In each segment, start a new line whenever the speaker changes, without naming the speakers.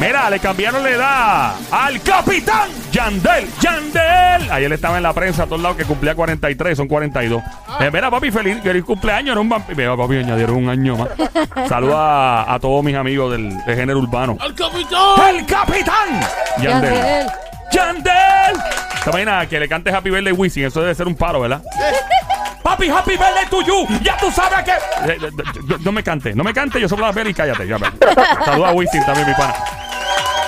Mira, le cambiaron la edad al capitán Yandel. Yandel. Ayer estaba en la prensa a todos lados que cumplía 43, son 42. Eh, mira, papi, feliz, feliz cumpleaños. Era un vampiro. Mira, papi, añadieron un año más. Saluda a, a todos mis amigos del, del género urbano.
¡Al capitán!
¡El capitán Yandel!
Yandel.
¡Yandel! ¿Te imaginas que le cantes Happy Birthday Wisin? Eso debe ser un paro, ¿verdad? Papi, happy birthday to you. Ya tú sabes que. Eh, eh, eh, no me cante, no me cante. Yo soy Blas Bell y cállate. Ya, Saluda a Wisin también, mi pana.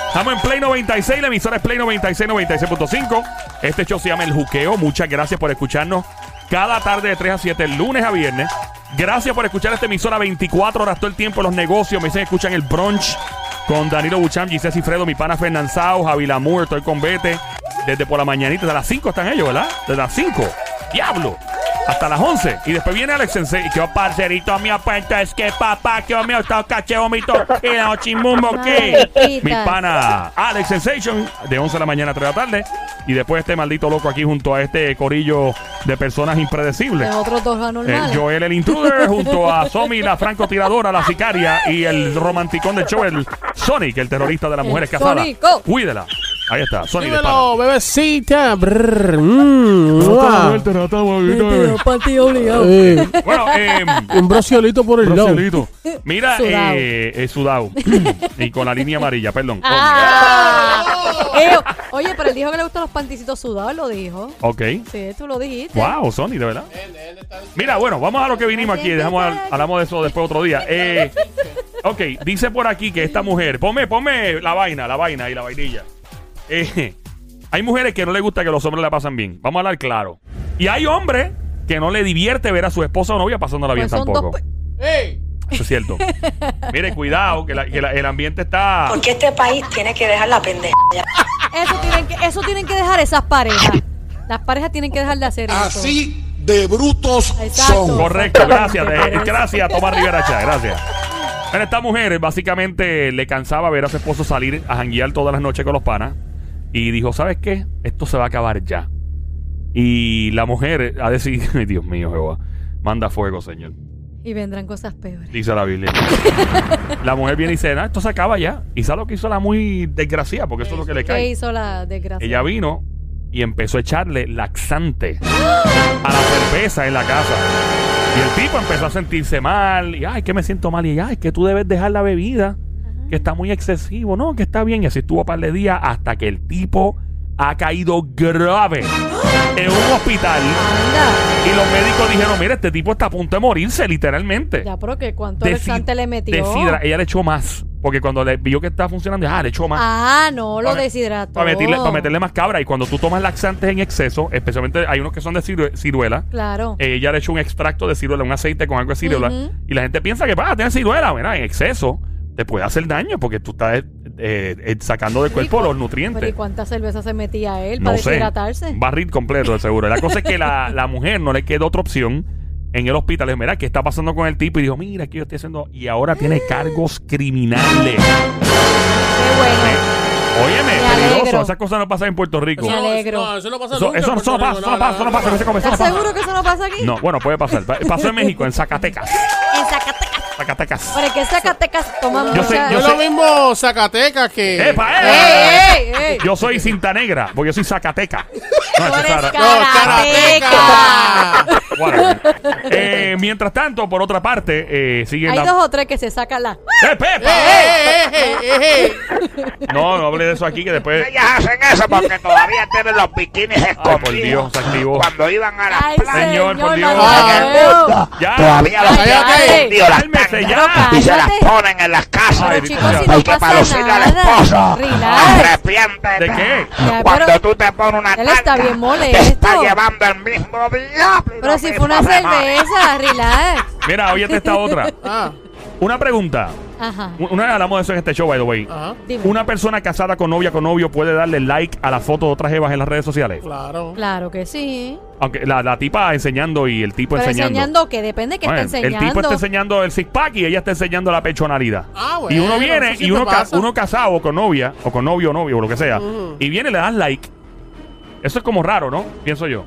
Estamos en Play 96, la emisora es Play 96, 96.5. Este show se llama El Juqueo. Muchas gracias por escucharnos cada tarde de 3 a 7, lunes a viernes. Gracias por escuchar esta emisora 24 horas todo el tiempo, los negocios. Me dicen que escuchan el brunch con Danilo Buchan, Gisés Cifredo, mi pana Fernanzao, Javi Lamour, estoy con Bete. Desde por la mañanita, desde las 5 están ellos, ¿verdad? Desde las 5. ¡Diablo! Hasta las 11. Y después viene Alex Sensei. Y que va, parcerito mío, puente es que papá, que mío, está caché, vomito. Y la chimumbo, ¿qué?
Mariquita.
Mi pana Alex Sensation, de 11 de la mañana a 3 de la tarde. Y después este maldito loco aquí junto a este corillo de personas impredecibles.
En otros dos anormales.
Eh, Joel el intruder junto a Somi, la francotiradora, la sicaria y el romanticón del show, el Sonic, el terrorista de las
El
mujeres casadas.
Sonico.
Cuídela. Ahí está, Sonic de pana.
Dímelo, bebecita. Brr, mm, mua.
Metido pa'l tío obligado.
Eh,
Bueno, eh,
un brociolito por el lado.
Brasilito. Mira,
Sudao.
eh, eh, sudado. y con la línea amarilla, perdón.
Ah. Eh, oye, pero él dijo que le gustan los panticitos sudados, lo dijo.
Ok.
Sí, tú lo dijiste.
Wow, Sony, de verdad. Mira, bueno, vamos a lo que vinimos aquí. Dejamos, hablamos de eso después otro día. Eh, ok, dice por aquí que esta mujer, ponme, ponme la vaina, la vaina y la vainilla. Eh, hay mujeres que no les gusta que los hombres la pasan bien. Vamos a hablar claro. Y hay hombres que no le divierte ver a su esposa o novia pasándola bien
Pues son
tampoco.
dos pe-
¡Ey!
Eso es cierto. Mire, cuidado, que, la- que la- el ambiente está.
Porque este país tiene que dejar la pendeja. ya.
Ah, Eso tienen, que, eso tienen que dejar esas parejas. Las parejas tienen que dejar de hacer
Ah,
eso.
Así de brutos
Exacto.
son.
Correcto, gracias. eh, gracias, Tomás Rivera Chá, gracias. Bueno, esta mujer básicamente le cansaba ver a su esposo salir a janguear todas las noches con los panas y dijo, ¿sabes qué? Esto se va a acabar ya. Y la mujer ha decidido, ay Dios mío, Jehová, manda fuego, Señor,
Y vendrán cosas peores.
dice la Biblia. la mujer viene y dice, "Nah, esto se acaba ya. Y sabe lo que hizo la muy desgraciada, porque eso es lo que le
¿Qué
cae.
hizo la desgracia?
Ella vino y empezó a echarle laxante a la cerveza en la casa. Y el tipo empezó a sentirse mal. Y, ay, que me siento mal. Y ella, ay, que tú debes dejar la bebida. Que está muy excesivo. No, que está bien. Y así estuvo un par de días hasta que el tipo ha caído grave en un hospital.
Anda.
Y los médicos dijeron, mira, este tipo está a punto de morirse, literalmente.
Ya, pero que cuánto
De
laxante
si-
le metió.
deshidra- Ella le echó más. Porque cuando le vio que estaba funcionando, ah, le echó más.
Ah, no, lo
Para me-
deshidrató.
Para meterle,
Oh.
para meterle más cabra. Y cuando tú tomas laxantes en exceso, especialmente hay unos que son de cirue- ciruela,
Claro.
eh, ella le echó un extracto de ciruela, un aceite con algo de ciruela.
Ujú.
Y la gente piensa que, para, tener ciruela, mira, en exceso te puede hacer daño porque tú estás eh, eh, sacando del cuerpo los
Pero ¿y
nutrientes.
cuánta cerveza se metía él para
No sé.
deshidratarse?
Un barril completo, de seguro. La cosa es que la, la mujer no le queda otra opción en el hospital. Le dijo, Mira, ¿qué está pasando con el tipo? Y dijo, mira, aquí yo estoy haciendo. Y ahora tiene cargos criminales.
Qué bueno.
Óyeme,
Me
peligroso.
alegro.
Esas cosas no pasan en Puerto Rico.
Me alegro.
No, eso no pasa
Eso,
nunca
eso
en
no, eso no
Puerto
pasa,
Rico,
eso no pasa, eso no pasa, eso no pasa, eso no
¿Estás
pasa.
seguro que eso no pasa aquí?
No, bueno, puede pasar. Pa- Pasó en México, en Zacatecas.
En Zacatecas.
Zacatecas.
Pero es que en Zacatecas toman
Yo sé,
mucha...
yo
No es
sé.
lo mismo Zacatecas que.
¡Epa, eh!
¡Ey, ey, ey!
Yo soy cinta negra, porque yo soy Zacateca. No,
Tú
esa es
eres
Sara.
ca-
Zacatecas!
Whatever. Eh, mientras tanto, por otra parte, eh, siguen
Hay
la.
dos o tres que se sacan la...
¡Eh, Pepa!
¡Eh, eh, eh, eh, eh!
No, no hable de eso aquí, que después.
Ellas hacen eso porque todavía tienen los bikinis escondidos.
por Dios, se activó.
Cuando iban a la
¡Ay,
playa.
Señor, por Dios.
Mateo!
¡Ya!
Todavía los
Cállate.
tienen escondidos las
Cálmese
tangas.
ya.
Y se las
Cállate.
ponen en las casas.
Pero
Ay,
chicos, si
Dios.
no
Hay que
pasa
palucir al
nada.
esposo.
Relax.
Arrepiéntete.
¿De qué?
Ya,
Cuando
pero-
tú te pones una
Él está
tanga,
bien
Te está
molesto.
llevando el mismo diablo. y
Pero
los
si fue una
mismos demonios.
cerveza, relax.
Mira, óyete esta otra.
Ah,
Una pregunta.
Ajá.
Una vez hablamos de eso en este show, by the way.
ajá.
Dime.
Una persona casada con novia, con novio, puede darle like a la foto de otras jevas en las redes sociales.
Claro.
Claro que sí.
Aunque la, la tipa enseñando y el tipo
Pero
Pues enseñando.
enseñando que depende que
Bueno,
esté
El
enseñando.
tipo está enseñando el six pack y ella está enseñando la pechonalidad.
Ah,
y uno
bueno,
viene
eso
y uno,
siempre
ca-
pasa.
uno casado o con novia o con novio o novio o lo que sea
Ujú.
y viene y le das like. Eso es como raro, ¿no? Pienso yo.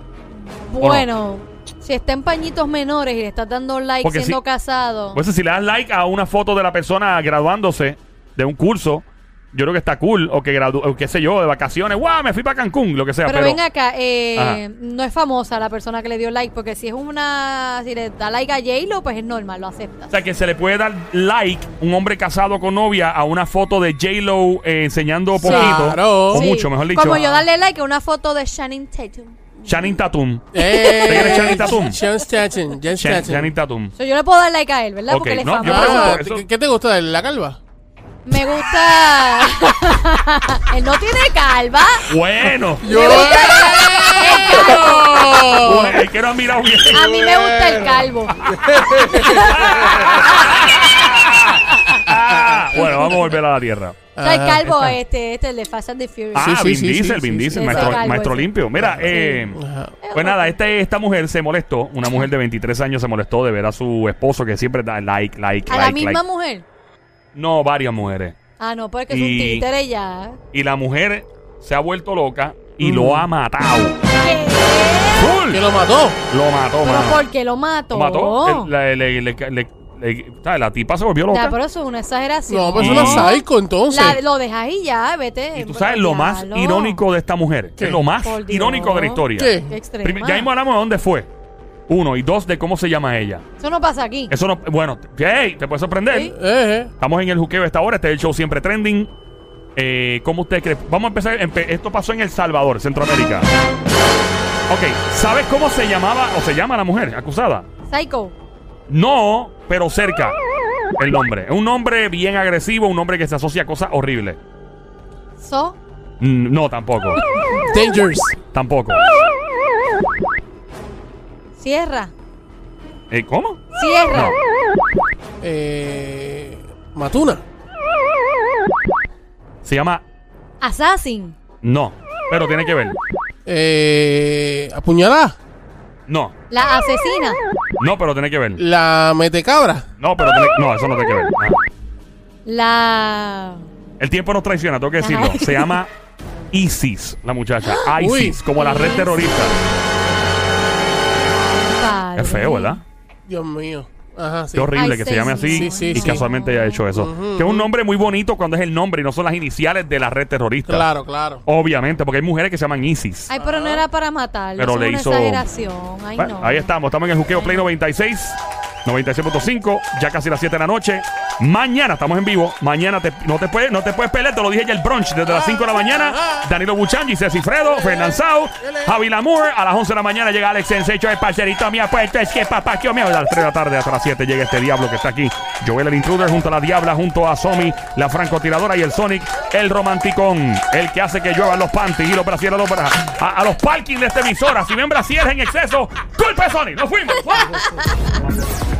Bueno, si está en pañitos menores y le estás dando like
Porque
siendo
Pues si-
casado.
Pues si le das like a una foto de la persona graduándose de un curso yo creo que está cool, o que gradu- o qué sé yo, de vacaciones, ¡guau! Me fui para Cancún, lo que sea.
Pero,
Pero,
ven acá, eh,
Ajá.
no es famosa la persona que le dio like, porque si es una. Si le da like a J-Lo, pues es normal, lo aceptas.
o sea, que se le puede dar like un hombre casado con novia a una foto de J-Lo eh, enseñando
Sí.
poquito,
Claro.
o
Sí.
mucho, mejor dicho.
Como yo darle like a una foto de Shannon Tatum.
Channing Tatum.
Eh,
¿Te quieres Channing Tatum?
Sean Statham, Sean
Chan-
Statham.
Channing Tatum.
O sea, yo le puedo dar like a él, ¿verdad?
Ok,
porque él es
no, yo
famoso.
pregunto.
Ah,
eso.
¿qué- ¿qué te gustó? de ¿La calva?
Me gusta. él no tiene calva.
Bueno.
¡Yo!
Bueno, el que no ha mirado bien.
A mí me gusta el calvo.
Ah, bueno, vamos a volver a la tierra.
O sea, el
Ajá,
calvo,
está.
este, este, el de Fast and the Furious.
Ah,
Sí, sí,
Vin
sí,
Diesel,
sí,
Vin
sí,
Diesel,
sí.
maestro,
Ese calvo,
maestro
ese.
limpio. Mira, eh,
Ah,
pues nada, este, esta mujer se molestó, una mujer de 23 años se molestó de ver a su esposo que siempre da like, like,
a
like,
la misma
like.
mujer.
No, varias mujeres.
Ah, no, porque
Y-
es un títere ya.
Y la mujer se ha vuelto loca y lo ha matado.
¿Qué?
¡Full!
¿Que lo mató?
Lo mató,
¿Pero
mano.
por qué lo mató?
Lo mató. Le- le- le- le- le- le- ¿sabes? La tipa se volvió
Ya,
loca.
pero eso es una exageración.
No, pues, pero es una psycho entonces.
La- lo dejas ahí ya, vete.
Y tú sabes lo más
Déjalo.
irónico de esta mujer.
¿Qué?
Es lo más
Por Dios.
irónico de la historia.
¿Qué?
Qué extrema.
Prim- ya mismo hablamos de dónde fue. Uno. Y dos, de cómo se llama ella.
Eso no pasa aquí.
Eso no. Bueno, hey, te puede sorprender.
Sí.
Eh, eh.
Estamos en el juqueo a esta hora. Este es el show siempre trending. Eh, ¿Cómo ustedes creen? Vamos a empezar. empe- esto pasó en El Salvador, Centroamérica. Ok. ¿Sabes cómo se llamaba o se llama la mujer acusada?
Psycho.
No, pero cerca. El nombre. Es un nombre bien agresivo, un nombre que se asocia a cosas horribles.
So.
Mm, No, tampoco.
Dangerous.
Tampoco.
Sierra.
Eh, ¿Cómo?
Sierra.
No.
Eh, Matuna.
Se llama.
Assassin.
No. Pero tiene que ver.
Eh, Apuñalá.
No.
La asesina.
No, pero tiene que ver.
La metecabra.
No, pero tiene- No, eso no tiene que ver. Ah.
La.
El tiempo nos traiciona, tengo que decirlo.
Ajá.
Se llama ISIS, la muchacha.
Uy.
ISIS, como la red
ISIS.
terrorista.
Padre.
Es feo, ¿verdad?
Dios mío. Ajá, sí.
Qué horrible
Ay,
que se
sí,
llame
sí,
así.
sí, sí,
y
sí.
casualmente haya hecho eso. Que es un nombre muy bonito cuando es el nombre y no son las iniciales de la red terrorista.
Claro, claro.
Obviamente, porque hay mujeres que se llaman ISIS.
Ay, pero no era para matarlo.
Pero
eso
le
es una
hizo-
exageración. Ay,
Bueno,
no.
Ahí estamos, estamos en el Juqueo Play 96, 96.5, ya casi las 7 de la noche. Mañana estamos en vivo. Mañana te- no, te puedes, no te puedes perder, te lo dije ya el brunch desde las 5 de la mañana. Danilo Buchangi, Ceci Fredo, Fernán Sao, Javi Lamour. A las 11 de la mañana llega Alex Ensecho, el parcerito mío. Pues es que papá, que mío. A las 3 de la tarde hasta las 7 llega este diablo que está aquí. Joel el intruder junto a la diabla, junto a Somi, la francotiradora y el Sonic, el romanticón, el que hace que lluevan los panties y los brasieres a los, bra- a, a los parkings de esta emisora. Si ven brasieres en exceso, culpa de Sonic. Nos fuimos.